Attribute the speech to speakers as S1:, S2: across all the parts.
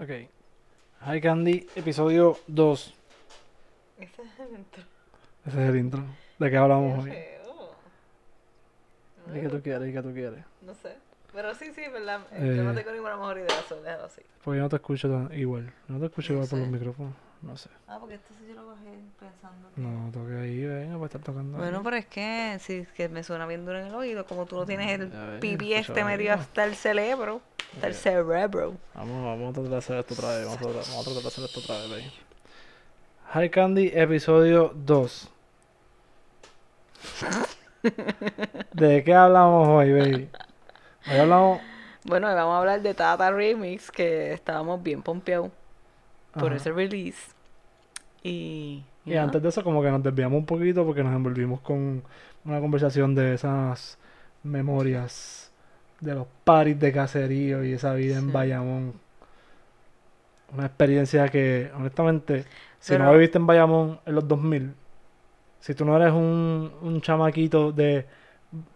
S1: Ok. High Candy, episodio 2.
S2: Ese es el intro.
S1: Ese es el intro. ¿De qué hablamos
S2: Qué
S1: hoy?
S2: feo.
S1: ¿Y qué tú quieres? ¿Y qué tú quieres?
S2: No sé. Pero sí, sí, verdad. Eh, Yo no
S1: Eh.
S2: tengo ninguna mejor idea, solo déjalo así.
S1: Porque yo no te escucho tan igual. No te escucho
S2: No
S1: igual por
S2: sé.
S1: los micrófonos. No sé.
S2: Ah, porque esto sí yo lo bajé pensando. que-
S1: eh, No, toque ahí, venga, para estar tocando. ahí.
S2: Bueno, pero es que si es que me suena bien duro en el oído, como tú no tienes
S1: Ya
S2: el
S1: ves,
S2: pipí este
S1: escuchaba
S2: medio
S1: yo.
S2: hasta el cerebro, hasta el
S1: Ok.
S2: cerebro.
S1: Vamos, vamos a tratar de hacer esto otra vez. Vamos a tratar, vamos a tratar de hacer esto otra vez. ahí. High Candy, episodio 2. ¿De qué hablamos hoy, baby? Hoy hablamos.
S2: Bueno, hoy vamos a hablar de Tata Remix, que estábamos bien pompeados por
S1: Ajá.
S2: ese release. Y.
S1: Y
S2: nada.
S1: antes de eso, como que nos desviamos un poquito porque nos envolvimos con una conversación de esas memorias de los paris de caserío y esa vida
S2: Sí.
S1: en Bayamón. Una experiencia que, honestamente, si no
S2: Pero-
S1: viviste en Bayamón en los 2000, si tú no eres un, un chamaquito de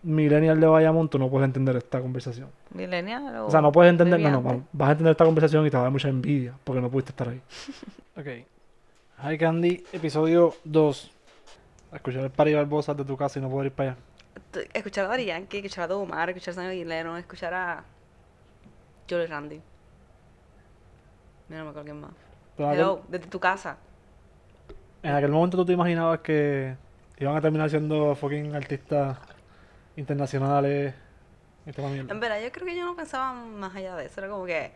S1: millennial de Bayamón, tú no puedes entender esta conversación.
S2: Millennial
S1: O sea, no puedes entender, no, no,
S2: Deviante.
S1: va- vas a entender esta conversación y te va a dar mucha envidia porque no pudiste estar ahí. ok. Hi Candy, episodio 2. Escuchar el pari Barbosa de tu casa y no poder ir para allá.
S2: t- escuchar a Dari Yankee, escuchar a Don Omar, escuchar a San Aguilero, escuchar a Jolly Randy. Yo no me acuerdo quién más.
S1: Pero en, aquel,
S2: Hello, desde tu casa.
S1: en aquel momento tú te imaginabas que iban a terminar siendo fucking artistas internacionales y toda la mierda.
S2: En verdad, yo creo que yo no pensaba más allá de eso. Era como que,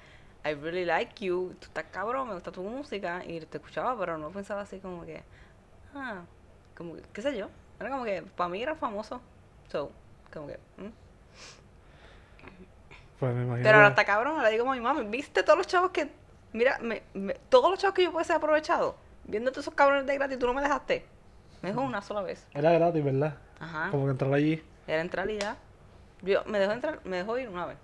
S2: I really like you, tú estás cabrón, me gusta tu música. Y te escuchaba, pero no pensaba así como que, ah, como que, qué sé yo. Era como que, para mí era famoso. So, como que, mm.
S1: Pues me imagino.
S2: Pero
S1: que-
S2: ahora está cabrón, le digo a mi mami, ¿viste todos los chavos que, mira, me- me- todos los chavos que yo pude ser aprovechado? Viendo todos esos cabrones de gratis, tú no me dejaste. Me dejó una sola vez.
S1: Era gratis, ¿verdad?
S2: Ajá.
S1: Como que entrar allí.
S2: Era entrar y ya. Yo, me dejó entrar, me dejó ir una vez.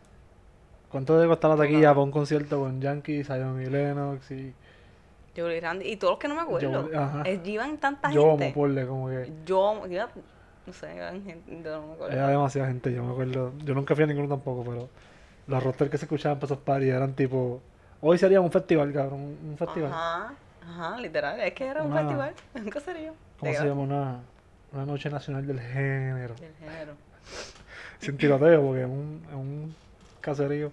S1: ¿Cuánto debe costar la taquilla para un concierto con Yankee, Zion y Lennox y
S2: Yo y Randy, y todos los que no me acuerdo.
S1: Yo- ajá.
S2: Es- iban tanta
S1: yo como
S2: gente.
S1: porle, como que.
S2: Yo, iba- no sé, iban gente, yo no me acuerdo.
S1: Era demasiada gente, yo me acuerdo. Yo nunca fui a ninguno tampoco, pero los rosters que se escuchaban para esos parties eran tipo. Hoy sería un festival, cabrón, un un festival.
S2: Ajá, ajá, literal, es que era un
S1: Una-
S2: festival, un caserío. de
S1: ¿Cómo se
S2: gra-
S1: llama? Una, una noche nacional del género.
S2: Del género.
S1: Sin tiroteo, porque es un, es un caserío.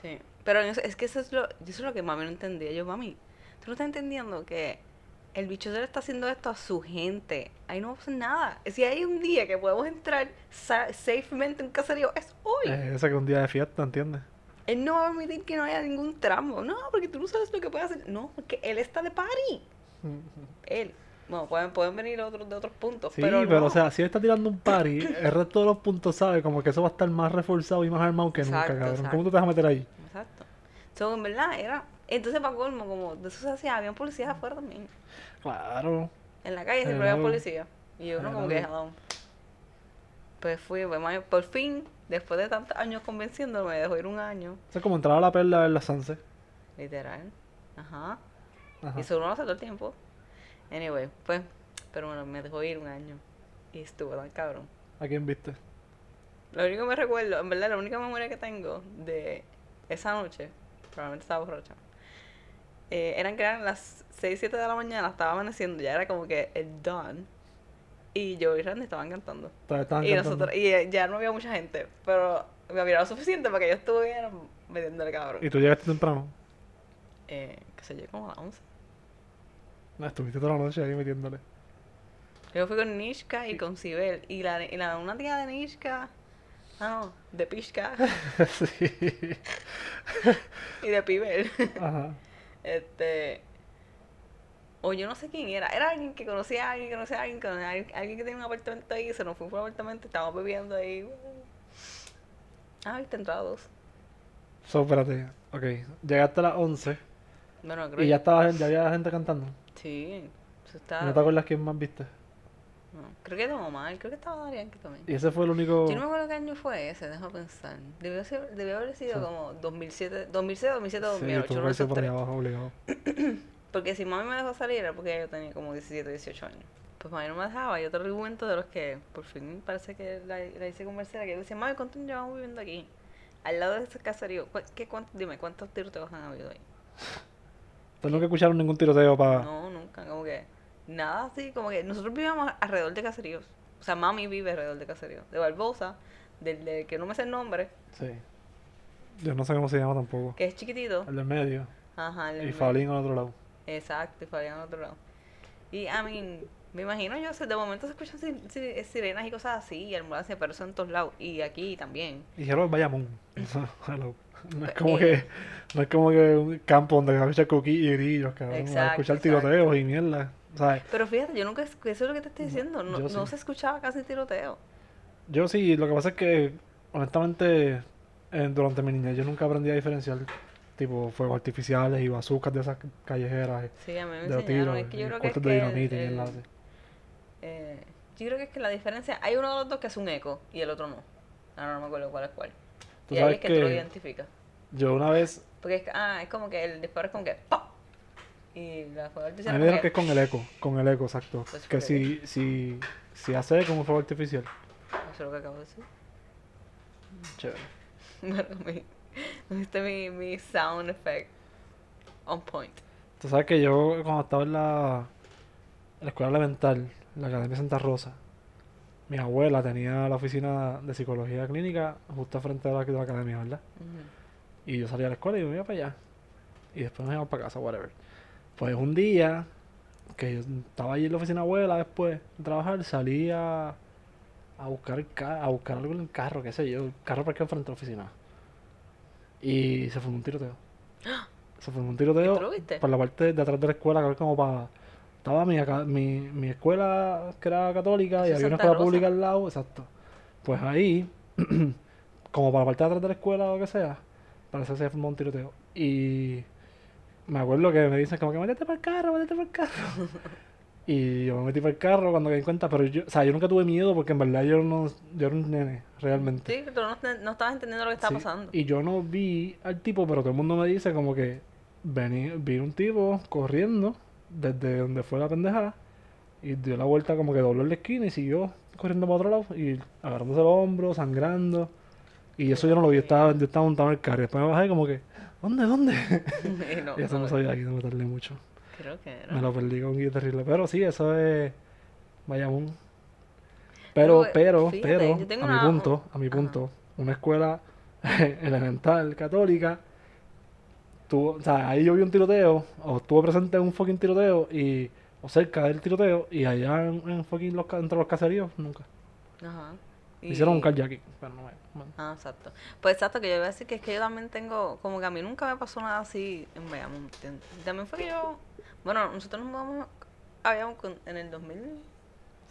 S2: Sí, pero en eso- es que eso es lo, eso es lo que mami no entendía. Yo, mami, tú no estás entendiendo que el bicho le está haciendo esto a su gente. Ahí no pasa nada. Si hay un día que podemos entrar sa- safemente en un caserío, es hoy.
S1: Eh, ese que es un día de fiesta, ¿entiendes?
S2: Él no va a permitir que no haya ningún tramo. No, porque tú no sabes lo que puede hacer. No, porque él está de party. Él. Bueno, pueden, pueden venir otros de otros puntos,
S1: Sí,
S2: pero
S1: pero,
S2: no.
S1: o sea, si él está tirando un party, el resto de los puntos sabe como que eso va a estar más reforzado y más armado que nunca,
S2: Exacto,
S1: cabrón.
S2: exacto.
S1: ¿Cómo tú te vas a meter ahí?
S2: Exacto. So, en verdad, era... Entonces, para colmo, como de eso se hacía, habían policías afuera también.
S1: Claro.
S2: En la calle siempre
S1: Hello.
S2: había policía. Y uno como que
S1: Hello.
S2: hello. Pues fui, pues, mami, por fin, después de tantos años convenciéndome, me dejó ir un año,
S1: Eso es como entrar a la perla de la Sanse.
S2: literal. Ajá.
S1: Ajá.
S2: Y eso uno lo hace todo el tiempo. Anyway, pues, pero bueno, me dejó ir un año. Y estuvo tan cabrón.
S1: ¿A quién viste?
S2: Lo único que me recuerdo, en verdad, la única memoria que tengo de esa noche, probablemente estaba borracha, eh, eran que eran las 6, 7 de la mañana, estaba amaneciendo, ya era como que el dawn. Y yo y Randy estaban cantando.
S1: Todavía estaban
S2: Y,
S1: Ah, cantando.
S2: nosotros, y eh, ya no había mucha gente, pero me había lo suficiente para que yo estuviera metiéndole cabrón.
S1: ¿Y tú llegaste temprano?
S2: Eh, qué sé yo, como a las 11.
S1: No, estuviste toda la noche ahí metiéndole.
S2: Yo fui con Nishka y con Sibel. Y la, y la una tía de Nishka. Ah, no, de Pishka
S1: sí.
S2: y de Pibel.
S1: Ajá.
S2: Este. O yo no sé quién era. Era alguien que conocía a alguien, que conocía a alguien, que conocía a alguien, alguien que tenía un apartamento ahí. Se nos fue por el apartamento, estábamos bebiendo ahí. Ah, viste, entraba dos.
S1: So, espérate. Ok. Llegaste a las 11
S2: Bueno, creo
S1: y ya estaba, ya había gente cantando.
S2: Sí,
S1: ¿Y
S2: eso está.
S1: ¿No te acuerdas quién más viste?
S2: No, creo que Don Omar, creo que estaba Darian que también.
S1: Y ese fue el único...
S2: Yo no me acuerdo qué año fue ese, déjame pensar. Debió, ser- debió haber sido
S1: Sí.
S2: como 2007, 2006, 2007,
S1: Sí,
S2: 2008,
S1: tuvo
S2: uno
S1: que
S2: de
S1: ser
S2: esos
S1: por allá
S2: tres.
S1: abajo, obligado.
S2: Porque si mami me dejó salir era porque yo tenía como 17, 18 años. Pues mami no me dejaba. Y otro argumento de los que por fin parece que la, la hice convencer, que yo decía, mami, ¿cuántos años llevamos viviendo aquí? Al lado de ese caserío. ¿Cu- ¿Qué, cuánto- dime, ¿cuántos tiroteos han habido ahí?
S1: Ustedes nunca escucharon ningún tiroteo para...
S2: No, nunca, como que nada así, como que nosotros vivíamos alrededor de caseríos. O sea, mami vive alrededor de caseríos. De Barbosa, del de que no me sé el nombre,
S1: Sí. Yo no sé cómo se llama tampoco.
S2: que es chiquitito.
S1: El del medio.
S2: Ajá, el del
S1: Y
S2: medio.
S1: Falín al otro lado.
S2: Exacto, y Fabián al otro lado. Y, a mí me imagino yo, se- de momento se escuchan si- si- sirenas y cosas así, y ambulancias, pero eso en todos lados, y aquí también.
S1: Y hello, Bayamón. Hello. No
S2: Eh,
S1: es como que... No es como que un campo donde van a escuchar coquí y grillos, cabrón. Van a
S2: Exacto,
S1: escuchar
S2: exacto.
S1: tiroteos y mierda. ¿Sabes?
S2: Pero fíjate, yo nunca, es- eso es lo que te estoy diciendo, no,
S1: yo
S2: no
S1: sí.
S2: se escuchaba casi tiroteo.
S1: Yo sí, lo que pasa es que, honestamente, eh, durante mi niñez yo nunca aprendí a diferenciar tipo fuegos artificiales y bazucas de esas callejeras, eh,
S2: Sí, a mí me
S1: de los
S2: enseñaron,
S1: tiros,
S2: es que yo
S1: y
S2: creo que es
S1: cortes de
S2: que el-
S1: dinamita y
S2: el-
S1: mierda así.
S2: eh, yo creo que es que la diferencia, hay uno de los dos que es un eco, y el otro no. Ahora no me acuerdo cuál es cuál.
S1: Tú
S2: Y ahí
S1: sabes
S2: es que tú lo
S1: que-
S2: identificas.
S1: Yo una vez,
S2: Porque es, que- ah, es como que el disparo es como que ¡pop! Y la fuego
S1: a
S2: artificial
S1: mí
S2: es
S1: me
S2: como
S1: dijeron que es con el eco, con el eco, exacto.
S2: Pues
S1: Que
S2: por
S1: si, si, si hace eco un fuego artificial,
S2: Eso es lo que acabo de decir.
S1: chévere.
S2: Bueno, mi, ¿viste mi, mi sound effect on point.
S1: Tú sabes que yo cuando estaba en la, en la escuela elemental, en la Academia Santa Rosa, mi abuela tenía la oficina de psicología clínica justo frente a la, de la academia, ¿verdad? Y yo salía a la escuela y me iba para allá. Y después nos íbamos para casa, whatever. Pues un día que yo estaba allí en la oficina de abuela después de trabajar, salí a, a buscar el ca- a buscar algo en el carro, qué sé yo, el carro parqueado frente a la oficina. Y se formó un tiroteo. Se formó un
S2: ¿Y
S1: tiroteo
S2: tú lo viste?
S1: por la parte de atrás de la escuela, creo que como para estaba mi, aca- mi, mi escuela que era católica
S2: Eso
S1: y
S2: es
S1: había una
S2: Santa
S1: escuela
S2: Rosa.
S1: pública al lado, exacto. Pues ahí, como para la parte de atrás de la escuela o lo que sea, parece que se formó un tiroteo. Y me acuerdo que me dicen como que métete para el carro, métete para el carro. y yo me metí para el carro cuando me di cuenta, pero yo, o sea, yo nunca tuve miedo porque en verdad yo no, yo era un nene, realmente.
S2: Sí, que tú no, no estabas entendiendo lo que estaba
S1: Sí,
S2: pasando.
S1: Y yo no vi al tipo, pero todo el mundo me dice como que vení, vi un tipo corriendo desde donde fue la pendejada y dio la vuelta como que dobló en la esquina y siguió corriendo para otro lado y agarrándose los hombros, sangrando. Y eso yo no lo vi, yo estaba, yo estaba montado en el carro. Y después me bajé como que, ¿dónde, dónde?
S2: Y no,
S1: y eso
S2: no
S1: no,
S2: lo-
S1: sabía, aquí no me tardé mucho.
S2: Creo que era.
S1: Me lo perdí con Guille Terrible. Pero sí, eso es Bayamón. Pero,
S2: Pero,
S1: pero,
S2: fíjate,
S1: pero,
S2: yo tengo
S1: a mi
S2: una-
S1: punto, a mi
S2: Ajá.
S1: punto, una escuela elemental católica, tuvo, o sea, ahí yo vi un tiroteo, o estuve presente en un fucking tiroteo, y, o cerca del tiroteo, y allá en, en fucking los, ca- entre los caseríos, nunca.
S2: Ajá.
S1: Me Hicieron un
S2: Y-
S1: carjacking, pero no me... bueno.
S2: Ah, exacto. Pues exacto, que yo iba a decir que es que yo también tengo, como que a mí nunca me pasó nada así en Bayamón. ¿entiendes? También fue que yo, bueno, nosotros nos mudamos a Bayamón con- en el 2000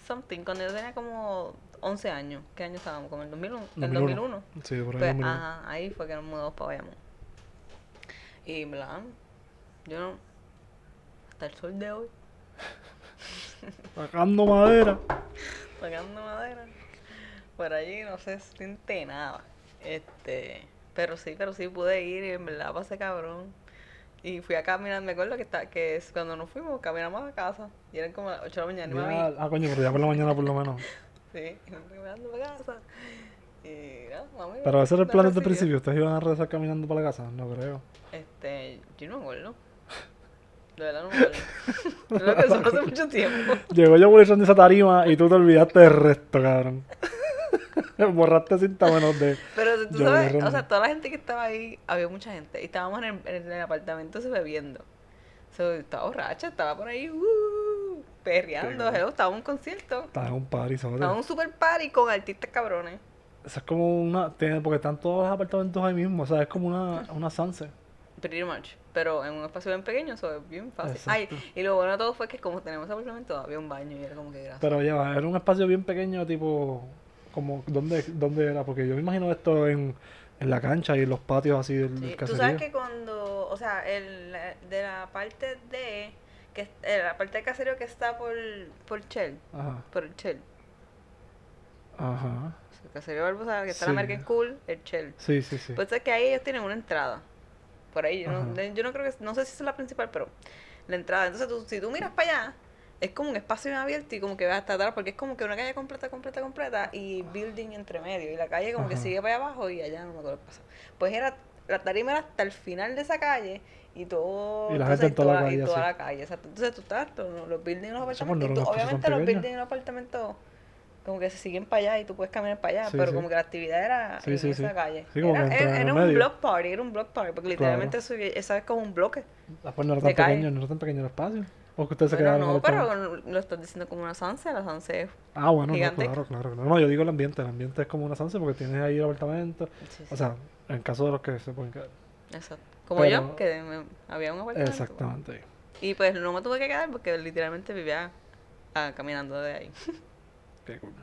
S2: something, cuando yo tenía como 11 años. ¿Qué año estábamos? Como en el 2001. En
S1: 2001.
S2: 2001.
S1: Sí, por ahí
S2: Pues,
S1: me-
S2: ajá, ahí fue que nos mudamos para Bayamón. Y, bla, yo no, hasta el sol de hoy,
S1: Sacando madera.
S2: tocando madera, por allí no se siente nada. Este, pero sí, pero sí pude ir y en verdad pasé cabrón. Y fui a caminar, me acuerdo que, está, que es cuando nos fuimos, caminamos a casa y eran como las 8 de la mañana. y mami,
S1: Ya- ah, coño, pero ya por la mañana por lo menos.
S2: sí, y nos fuimos caminando para casa. Y, nada, mami,
S1: Pero ese era el
S2: nos
S1: plan desde el
S2: recibió.
S1: principio. ¿Ustedes iban a regresar caminando para la casa? No creo.
S2: Este, yo no me acuerdo. De verdad no me acuerdo. Yo Creo que eso fue hace mucho tiempo.
S1: Llegó yo Wilson de esa tarima y tú te olvidaste del resto, cabrón. Borraste cinta menos de...
S2: Pero tú
S1: Yo
S2: sabes,
S1: agarrando.
S2: o sea, toda la gente que estaba ahí, había mucha gente. Y estábamos en el, en el apartamento se bebiendo. So, estaba borracha, estaba por ahí, uh, perreando.
S1: Sí,
S2: hello, estaba en un concierto.
S1: Estás en un party, ¿sabes?
S2: Estaba en un super party con artistas cabrones.
S1: Eso es como una... tiene- Porque están todos los apartamentos ahí mismo, o sea, es como una, una sunset.
S2: Pretty much. Pero en un espacio bien pequeño, eso es bien fácil. Ay,
S1: Exacto.
S2: y lo bueno de todo fue que como tenemos ese apartamento, había un baño y era como que gracias.
S1: Pero ya, va, era un espacio bien pequeño, tipo... Como, ¿dónde, dónde era? Porque yo me imagino esto en, en la cancha y en los patios así del, del
S2: Sí, tú
S1: caserío.
S2: sabes que cuando, o sea, el, la- de la parte de, que es- eh, la parte del casero que está por, por Shell,
S1: Ajá,
S2: por el Shell,
S1: ajá.
S2: o sea, el casero Barbosa, pues, que está
S1: Sí.
S2: la marca Cool, el Shell.
S1: Sí, sí, sí.
S2: Pues es que ahí ellos tienen una entrada, por ahí, yo no,
S1: Ajá.
S2: yo no creo que, no sé si es la principal, pero la entrada. Entonces, tú, si tú miras para allá, es como un espacio bien abierto y como que vas hasta atrás, porque es como que una calle completa, completa, completa y building entre medio. Y la calle como que
S1: Ajá.
S2: sigue para allá abajo y allá no me acuerdo qué pasa. Pues era la tarima era hasta el final de esa calle y todo.
S1: Y la
S2: entonces,
S1: gente en toda la
S2: y
S1: calle,
S2: toda
S1: así.
S2: la calle. exacto. Entonces tú estás, todo, los buildings y los
S1: Eso por
S2: apartamentos.
S1: no
S2: y
S1: era
S2: tú-
S1: una
S2: obviamente
S1: exposición
S2: los
S1: pequeña.
S2: buildings y los apartamentos como que se siguen para allá y tú puedes caminar para allá,
S1: Sí,
S2: pero
S1: sí.
S2: como que la actividad era
S1: Sí,
S2: Ah, en
S1: sí,
S2: esa
S1: sí.
S2: calle.
S1: Sí, como
S2: era
S1: que
S2: era-
S1: entrar en el
S2: era un
S1: medio.
S2: block party, era un block party, porque literalmente eso, esa es como un bloque.
S1: Ah, pues no era
S2: De
S1: tan
S2: calle.
S1: pequeño, no era tan pequeño el espacio. O que ustedes se
S2: Bueno,
S1: quedaron
S2: no,
S1: en el
S2: pero
S1: chavo.
S2: lo estás diciendo como una Sanse, la Sanse es.
S1: Ah, bueno, no,
S2: gigante.
S1: claro, claro, claro. No, yo digo el ambiente. El ambiente es como una sanse porque tienes ahí el apartamento.
S2: sí, sí,
S1: O sea, en caso de los que se pueden quedar.
S2: exacto. Como
S1: pero-
S2: yo, que me- había un apartamento.
S1: Exactamente.
S2: Y pues no me tuve que quedar porque literalmente vivía ah, caminando de ahí.
S1: Qué cool.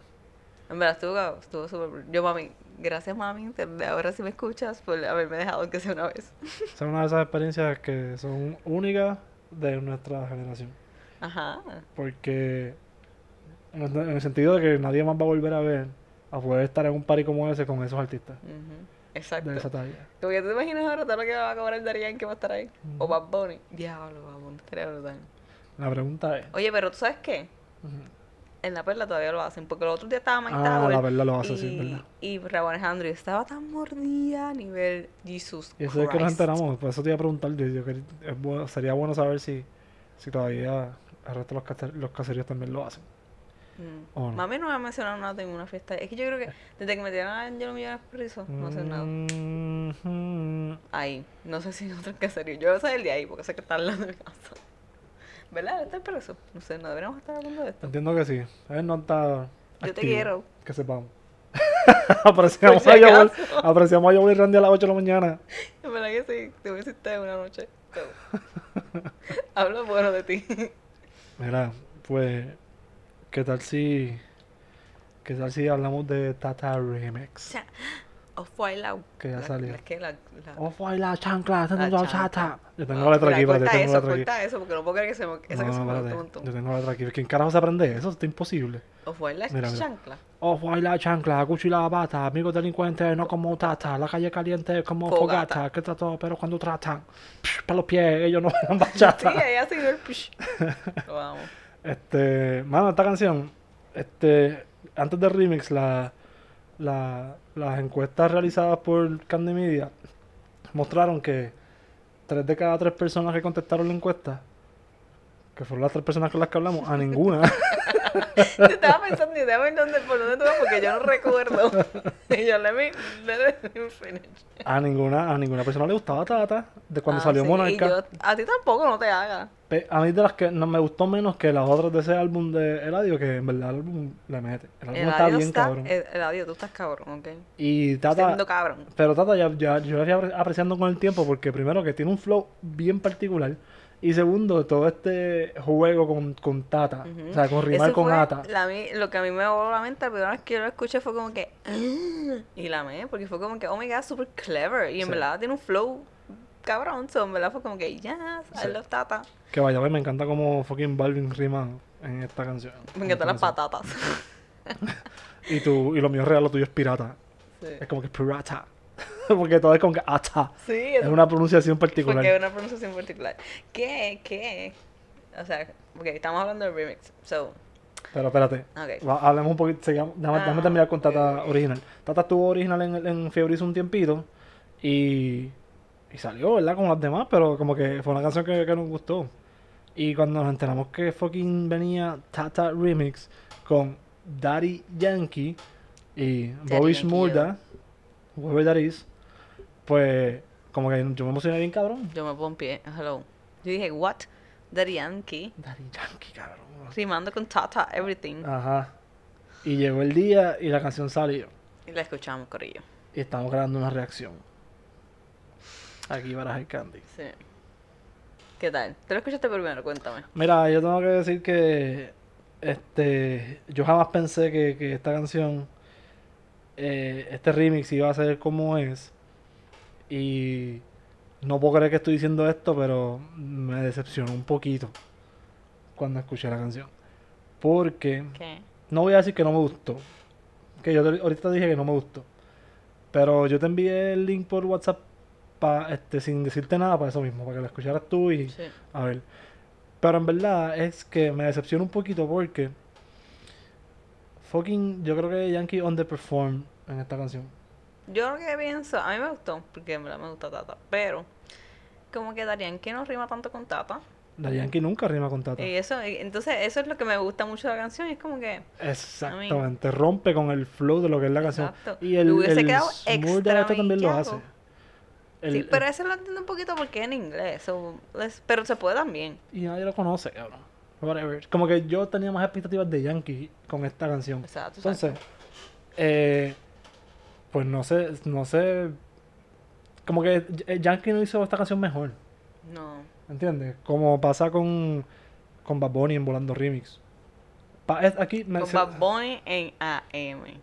S2: En verdad estuvo, estuvo súper. Yo, mami, gracias, mami. te- Ahora sí me escuchas por haberme dejado que sea una vez.
S1: Son una de esas experiencias que son únicas de nuestra generación.
S2: Ajá.
S1: Porque en el, en el sentido de que nadie más va a volver a ver a poder estar en un party como ese con esos artistas
S2: ujú, Exacto.
S1: de esa talla.
S2: Como que tú te imaginas ahora todo lo que va a cobrar Darían que va a estar ahí. O
S1: Ujú.
S2: Bad Bunny. Diablo, Bad Bunny. Estaría brutal.
S1: La pregunta es...
S2: Oye, pero ¿tú sabes qué?
S1: Ujú.
S2: En La Perla todavía lo hacen. Porque los otros días estaba Mike
S1: Ah,
S2: Tower
S1: la verdad lo
S2: y,
S1: hace, sí, verdad.
S2: y Raúl Alejandro. Y estaba tan mordida a nivel Jesus
S1: Y eso es que nos
S2: Christ.
S1: enteramos, por eso te iba a preguntar, yo, yo quería- es bueno- sería bueno saber si, si todavía el resto de los, caser- los caseríos también lo hacen.
S2: Mm.
S1: ¿O no?
S2: Mami no me ha mencionado nada de ninguna fiesta. Es que yo creo que desde que metieron a Angelo Millones preso, no hacen
S1: Mm.
S2: nada.
S1: Mhm.
S2: Ahí, no sé si en otro caserío. Yo sé el de ahí porque sé que está al lado de mi casa. ¿Verdad? Está preso. No sé, no deberíamos estar hablando de esto.
S1: Entiendo que sí. Él no está.
S2: Yo te
S1: activo,
S2: quiero.
S1: Que sepamos. apreciamos,
S2: Por si
S1: a Joel,
S2: acaso.
S1: apreciamos a Joel y Randy a las 8 de la mañana.
S2: En verdad que sí, te me hiciste una noche. Hablo bueno de ti.
S1: Mira, pues. ¿Qué tal si. ¿Qué tal si hablamos de Tata Remix?
S2: O fue la.
S1: Que ya
S2: la-
S1: salió.
S2: La, que la, la-
S1: Oh, fue la chancla,
S2: La
S1: tengo la
S2: chancla.
S1: chata. Yo tengo
S2: Ah,
S1: la letra
S2: mira,
S1: aquí, espérate,
S2: corta
S1: yo tengo la
S2: eso,
S1: letra aquí.
S2: corta eso, porque no puedo creer que se me. Esa que se me
S1: espérate,
S2: cortó un
S1: Yo
S2: montón.
S1: tengo la letra aquí. ¿Quién carajo se aprende eso? Esto es imposible.
S2: O fue la
S1: Mira, mira.
S2: chancla.
S1: Oh, fue la chancla, cuchilla la bata, amigos delincuentes, no como tata, la calle caliente es como
S2: Fogata.
S1: fogata, que trató, pero cuando tratan, para los pies, ellos no dan
S2: Sí, eh.
S1: bachata.
S2: ella siguió el pish. Lo amo.
S1: Este, mano, esta canción, este, antes del remix, la, la- las encuestas realizadas por Candy Media mostraron que tres de cada tres personas que contestaron la encuesta, que fueron las tres personas con las que hablamos, a ninguna.
S2: Yo estaba pensando y estaba en dónde, por dónde tú vas, porque yo no recuerdo. Y yo le me, let me finish.
S1: A ninguna, a ninguna persona le gustaba Tata de cuando
S2: Ah,
S1: salió
S2: sí,
S1: Monarca.
S2: y yo- a ti tampoco, no te hagas.
S1: Pe- A mí de las que no me gustó menos que las otras de ese álbum de Eladio, que en verdad el álbum le mete. El álbum
S2: El
S1: está
S2: adiós
S1: bien
S2: está,
S1: cabrón.
S2: el, el adiós, tú estás cabrón, ¿ok?
S1: Y
S2: Estás
S1: Tata,
S2: siendo cabrón.
S1: pero Tata ya, ya- yo la fui apre- apreciando con el tiempo porque primero que tiene un flow bien particular y segundo todo este juego con, con Tata,
S2: Ujú.
S1: o sea, con rimar
S2: Eso
S1: con
S2: fue
S1: Ata.
S2: la mi- lo que a mí me voló la mente, la primera vez que yo lo escuché fue como que. "Ah", Y la amé, porque fue como que, oh my god, super clever. Y en
S1: Sí.
S2: verdad tiene un flow cabrón, so en verdad fue como que, yes, I
S1: Sí.
S2: love Tata.
S1: Que vaya, me encanta como fucking Balvin rima en esta canción.
S2: Me
S1: en esta
S2: encantan las
S1: canción.
S2: patatas.
S1: Y, tú, y lo mío es real, lo tuyo es pirata.
S2: Sí,
S1: Es como que es pirata. porque todo es como que ata.
S2: sí
S1: Es una pronunciación particular.
S2: Porque es una pronunciación particular. ¿Qué? ¿Qué? O sea, ok, estamos hablando de remix. So,
S1: Pero espérate.
S2: ok.
S1: Va- hablemos un poquito. sigamos- Déjame,
S2: Ah,
S1: déjame terminar con Tata original. Tata estuvo original en, en Fiebre hizo un tiempito. Y, y salió, ¿verdad? Como las demás, pero como que fue una canción que, que nos gustó. Y cuando nos enteramos que fucking venía Tata Remix con Daddy Yankee y Bobby
S2: Yankee,
S1: Shmurda, whoever that is, pues como que yo me emocioné bien, cabrón.
S2: Yo me pompié. Hello. Yo dije, what? Daddy Yankee.
S1: Daddy Yankee, cabrón.
S2: Rimando con Tata, everything.
S1: Ajá. Y llegó el día y la canción salió.
S2: Y la escuchamos, Corillo.
S1: Y estamos grabando una reacción. Aquí para High Candy.
S2: Sí. ¿Qué tal? ¿Te lo escuchaste primero? Cuéntame.
S1: Mira, yo tengo que decir que este yo jamás pensé que, que esta canción, eh, este remix iba a ser como es. Y no puedo creer que estoy diciendo esto, pero me decepcionó un poquito cuando escuché la canción. Porque
S2: ¿Qué?
S1: no voy a decir que no me gustó. Que yo te- ahorita dije que no me gustó. Pero yo te envié el link por WhatsApp pa, este, sin decirte nada para eso mismo, para que lo escucharas tú y
S2: Sí.
S1: a ver. Pero en verdad es que me decepciona un poquito porque fucking yo creo que Yankee underperform en esta canción.
S2: Yo lo que pienso, a mí me gustó, porque en verdad me gusta Tata, pero como que Darían que no rima tanto con Tata.
S1: La Yankee nunca rima con Tata.
S2: Y eso, y entonces eso es lo que me gusta mucho de la canción, y es como que
S1: Exactamente, rompe con el flow de lo que es la canción.
S2: Exacto.
S1: Y el,
S2: Hubiese
S1: el
S2: quedado
S1: smooth de
S2: extra
S1: esto también lo hace.
S2: bellaco.
S1: El-
S2: sí,
S1: el-
S2: pero eso lo entiendo un poquito porque es en inglés, so, les- pero se puede también.
S1: Y nadie lo conoce, cabrón. Whatever. Como que yo tenía más expectativas de Yankee con esta canción.
S2: Exacto,
S1: Entonces, eh, pues no sé, no sé. Como que eh, Yankee no hizo esta canción mejor,
S2: No.
S1: ¿entiendes? Como pasa con, con Bad Bunny en Volando Remix. Pa- es- aquí me-
S2: Con
S1: se-
S2: Bad Bunny en AM.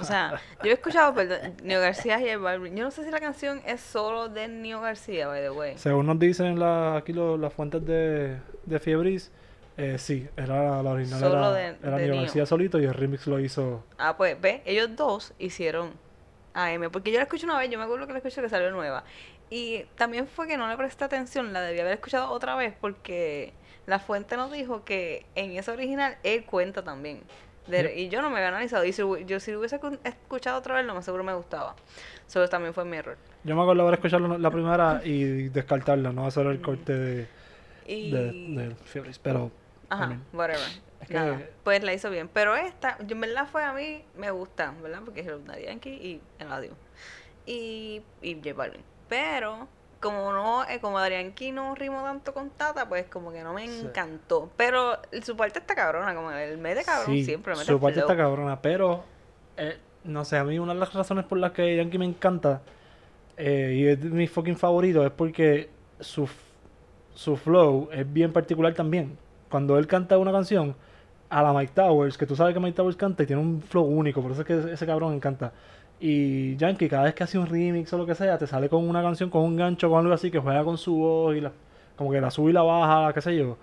S2: O sea, yo he escuchado, perdón, Neo García y el Balvin. Yo no sé si la canción es solo de Neo García, by the way.
S1: Según nos dicen la- aquí lo- las fuentes de, de Fiebris, eh, sí, era la, la original
S2: Solo
S1: era,
S2: de-
S1: era
S2: de
S1: Nio
S2: Nio.
S1: García solito y el remix lo hizo.
S2: Ah, pues, ve, ellos dos hicieron AM. Porque yo la escuché una vez, yo me acuerdo que la escuché que salió nueva. Y también fue que no le presté atención, la debí haber escuchado otra vez porque la fuente nos dijo que en esa original él cuenta también. De-
S1: Yep.
S2: Y yo no me había analizado. Y si, hu- yo si lo hubiese escu- escuchado otra vez, lo más seguro me gustaba. Solo también fue mi error.
S1: Yo me acuerdo haber escuchado la- la primera y descartarla, no hacer el corte de,
S2: Y...
S1: de, de Fiebris, pero.
S2: Ajá,
S1: I mean,
S2: whatever.
S1: es que-
S2: Nada, pues la hizo bien. Pero esta, yo en verdad fue a mí, me gusta, ¿verdad? Porque es el Daddy Yankee y el adiós. Y, y J Balvin. Pero, como no, eh, como Daddy Yankee no rimo tanto con Tata, pues como que no me
S1: Sí.
S2: encantó. Pero su parte está cabrona, como el mes de cabrón
S1: sí,
S2: siempre mete
S1: Su parte
S2: flow.
S1: está cabrona, pero. eh, no sé, a mí una de las razones por las que Yankee me encanta eh, y es de mi fucking favorito es porque su, f- su flow es bien particular también. Cuando él canta una canción a la Mike Towers, que tú sabes que Mike Towers canta y tiene un flow único, por eso es que ese, ese cabrón encanta. Y Yankee, cada vez que hace un remix o lo que sea, te sale con una canción, con un gancho, con algo así, que juega con su voz y la, como que la sube y la baja, qué sé yo.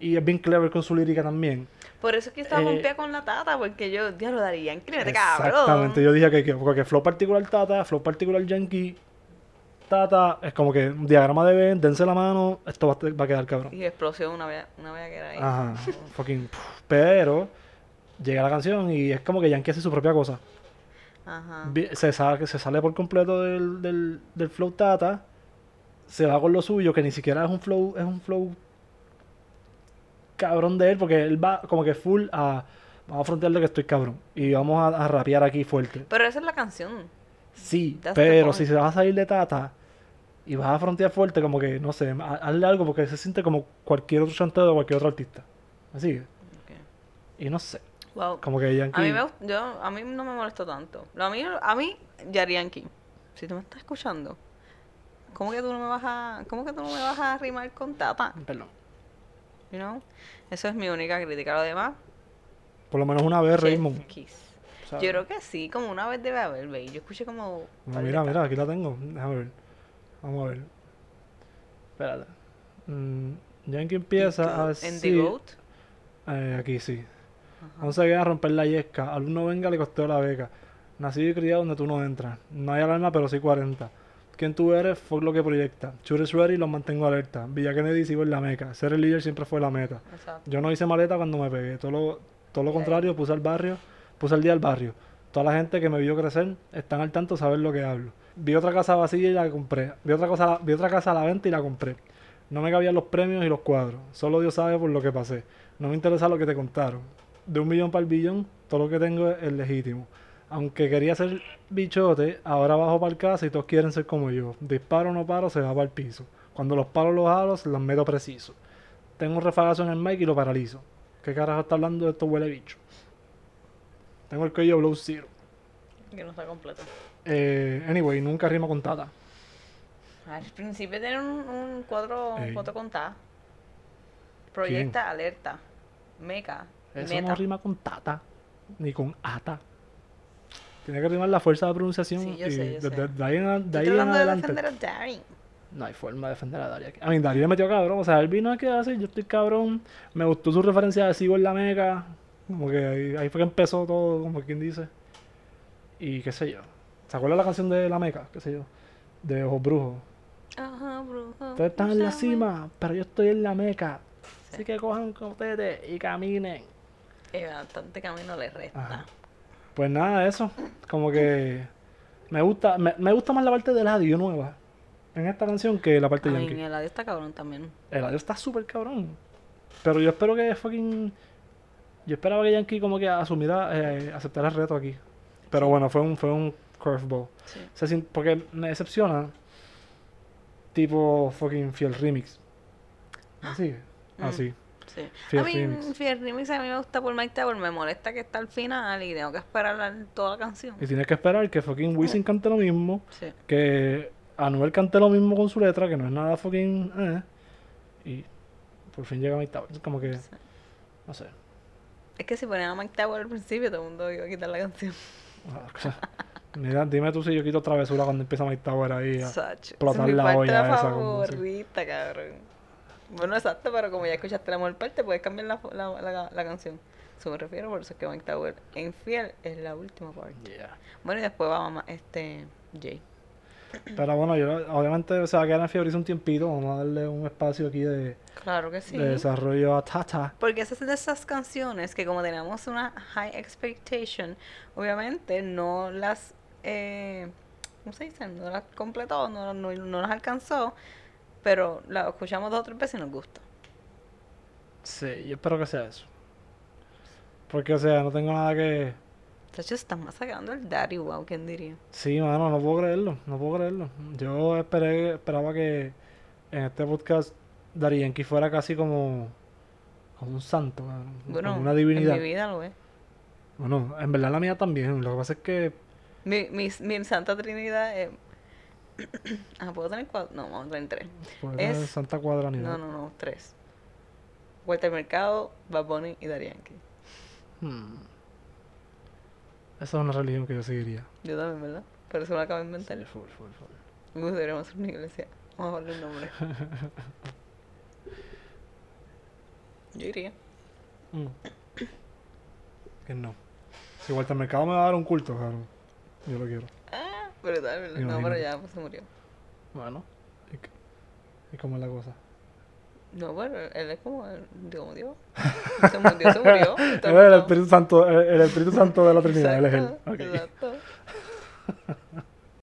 S1: Y es bien clever con su lírica también.
S2: Por eso es que estaba
S1: Eh,
S2: pompeada con la Tata, porque yo, diablo, Daddy Yankee, mete cabrón.
S1: Exactamente, yo dije que, que, porque flow particular Tata, flow particular Yankee, Tata, es como que un diagrama de Ben, dense la mano, esto va, a- va a quedar cabrón.
S2: Y explosión una vez, una vez que era ahí.
S1: Ajá, fucking. puf, Pero llega la canción y es como que Yankee hace su propia cosa.
S2: Ajá.
S1: Vi- Se sale, se sale por completo del, del, del flow Tata, se va con lo suyo, que ni siquiera es un flow, es un flow cabrón de él, porque él va como que full a. Vamos a frontearle que estoy cabrón. Y vamos a, a rapear aquí fuerte.
S2: Pero esa es la canción.
S1: Sí,
S2: That's the
S1: pero
S2: point.
S1: si se vas a salir de Tata y vas a frontear fuerte, como que, no sé, ha- hazle algo porque se siente como cualquier otro chanteo de cualquier otro artista. Así
S2: Ok.
S1: Y no sé,
S2: Wow.
S1: como que Yankee...
S2: A mí, me, gust- yo, a mí no me molestó tanto. Lo- A mí, a mí Daddy Yankee, si tú me estás escuchando, ¿cómo que tú no me vas a, cómo que tú no me vas a rimar con tata?
S1: Perdón.
S2: You know? Eso es mi única crítica. Lo demás,
S1: Por lo menos una vez,
S2: chef
S1: Raymond.
S2: kiss.
S1: ¿sabes?
S2: Yo creo que sí, como una vez debe haber, ve. Yo escuché como...
S1: No, mira, mira, aquí la tengo. Déjame ver. Vamos a ver. Espérate. Mm, Yankee empieza a
S2: En The
S1: decir-
S2: Goat.
S1: eh, aquí sí.
S2: Ajá.
S1: No se queda a romper la yesca. Alumno venga, le costó la beca. Nacido y criado donde tú no entras. No hay alarma, pero sí 40. Quien tú eres, fuck lo que proyecta. Shoot is ready, los mantengo alerta. Villa Kennedy sigo en la meca. Ser el líder siempre fue la meta.
S2: Exacto.
S1: Yo no hice maleta cuando me pegué. Todo lo, todo lo
S2: Ya.
S1: contrario, puse al barrio, puse al día al barrio. Toda la gente que me vio crecer están al tanto saber lo que hablo. Vi otra casa vacía y la compré. Vi otra, cosa, vi otra casa a la venta y la compré. No me cabían los premios y los cuadros. Solo Dios sabe por lo que pasé. No me interesa lo que te contaron. De un millón para el billón, todo lo que tengo es legítimo. Aunque quería ser bichote, ahora bajo para el casa y todos quieren ser como yo. Disparo o no paro, se va para el piso. Cuando los palos los jalo, se los meto preciso. Tengo un refagazo en el mic y lo paralizo. ¿Qué carajo está hablando de estos huele bicho? Tengo el cuello blow zero.
S2: Que no está completo.
S1: Eh, anyway, nunca rima con tata.
S2: Al principio tiene un, un cuadro,
S1: Ey.
S2: un cuadro con ta. Proyecta, alerta, meca, y
S1: Eso
S2: meta.
S1: no rima con tata, ni con ata. Tiene que rimar la fuerza de pronunciación
S2: Sí, yo
S1: y
S2: sé, yo
S1: desde
S2: sé.
S1: de ahí en, a- de
S2: Estoy
S1: ahí en
S2: tratando de
S1: adelante.
S2: defender a Darin.
S1: No hay forma de defender a Daria. A mí, Daria le metió cabrón. O sea, él vino a quedarse, yo estoy cabrón. Me gustó su referencia de Sigo en la Meca. Como que ahí, ahí fue que empezó todo, como quien dice. Y qué sé yo. ¿Se acuerdan la canción de La Meca? ¿Qué sé yo? De Ojos Brujos.
S2: Ajá, brujo.
S1: Ustedes están en la
S2: úsame.
S1: cima, pero yo estoy en la Meca. Así
S2: Sí.
S1: que cojan con ustedes y caminen. Ah.
S2: Eh, bastante camino le resta.
S1: Ajá. Pues nada, eso. Como que Me gusta, me, me gusta más la parte del adiós nueva en esta canción que la parte
S2: Ay,
S1: de
S2: en
S1: Yankee.
S2: el adiós está cabrón también.
S1: El adiós está súper cabrón. Pero yo espero que fucking. Yo esperaba que Yankee como que asumiera, eh, aceptara el reto aquí. Pero bueno, fue un, fue un curveball.
S2: Sí.
S1: Se sien- porque me decepciona. Tipo fucking Fiel Remix. Así.
S2: Mm.
S1: Así.
S2: Sí.
S1: Fear
S2: a mí,
S1: Remix.
S2: Fear Remix a mí me gusta por Mike Tower, me molesta que está al final y tengo que esperar la- toda la canción.
S1: Y tienes que esperar que fucking
S2: Mm.
S1: Wisin cante lo mismo.
S2: Sí.
S1: Que Anuel cante lo mismo con su letra, que no es nada fucking. eh, y por fin llega Mike Tower. Es Como que.
S2: Sí.
S1: No sé.
S2: Es que si ponían a Mike Tower al principio, todo el mundo iba a quitar la canción.
S1: Mira, dime tú si yo quito travesura cuando empieza Mike Tower ahí. a-
S2: Sacho. Esa
S1: explotar
S2: es mi
S1: la
S2: parte
S1: olla
S2: la
S1: esa como si-
S2: favorita, cabrón. Bueno, exacto, pero como ya escuchaste la mejor parte, puedes cambiar la, la, la, la canción. Eso me refiero, por eso es que Mike Tower en Fiel es la última parte.
S1: Yeah.
S2: Bueno, y después va mamá, este, Jay.
S1: Pero bueno, yo, obviamente se va a quedar en fiebre un tiempito. Vamos a darle un espacio aquí de,
S2: Claro que sí.
S1: de desarrollo a Tata.
S2: Porque esas de esas canciones que como teníamos una high expectation, obviamente no las, eh, ¿cómo se dice? No las completó, no, no, no las alcanzó, pero las escuchamos dos o tres veces y nos gusta.
S1: Sí, yo espero que sea eso. Porque, o sea, no tengo nada que.
S2: Entonces están masacrando el daddy, wow, ¿quién diría?
S1: Sí, mano, no puedo creerlo, no puedo creerlo. Yo esperé, esperaba que en este podcast Dari Yankee fuera casi como, como un santo, cabrón,
S2: Bueno,
S1: como una
S2: en
S1: divinidad.
S2: mi vida lo es.
S1: Bueno, en verdad la mía también. Lo que pasa es que
S2: Mi, mi, mi Santa Trinidad es... ah, ¿puedo tener cuatro? No, vamos a tener tres.
S1: pues,
S2: Es-
S1: es santa cuadranidad.
S2: No, no, no, tres. Vuelta al mercado, Bad Bunny y Daddy Yankee.
S1: Hmm. Esa es una religión que yo seguiría.
S2: Yo también, ¿verdad? Pero eso me lo acabo de inventar.
S1: full, full, full.
S2: Me gustaría hacer una iglesia. Vamos a darle un nombre. Yo iría.
S1: Mm. Que no. Si Walter Mercado me va a dar un culto, cabrón. Yo lo quiero.
S2: Ah, pero tal, ¿verdad? No, pero
S1: Imagínate.
S2: ya pues, se murió.
S1: Bueno. ¿Y, c- y cómo es la cosa?
S2: No, bueno, él es como, el- como Dios. Se murió, se murió. y
S1: Él
S2: todo
S1: es el
S2: mundo-
S1: Espíritu Santo, el, el Espíritu Santo de la Trinidad, él es él.
S2: Exacto,
S1: Ok.
S2: exacto.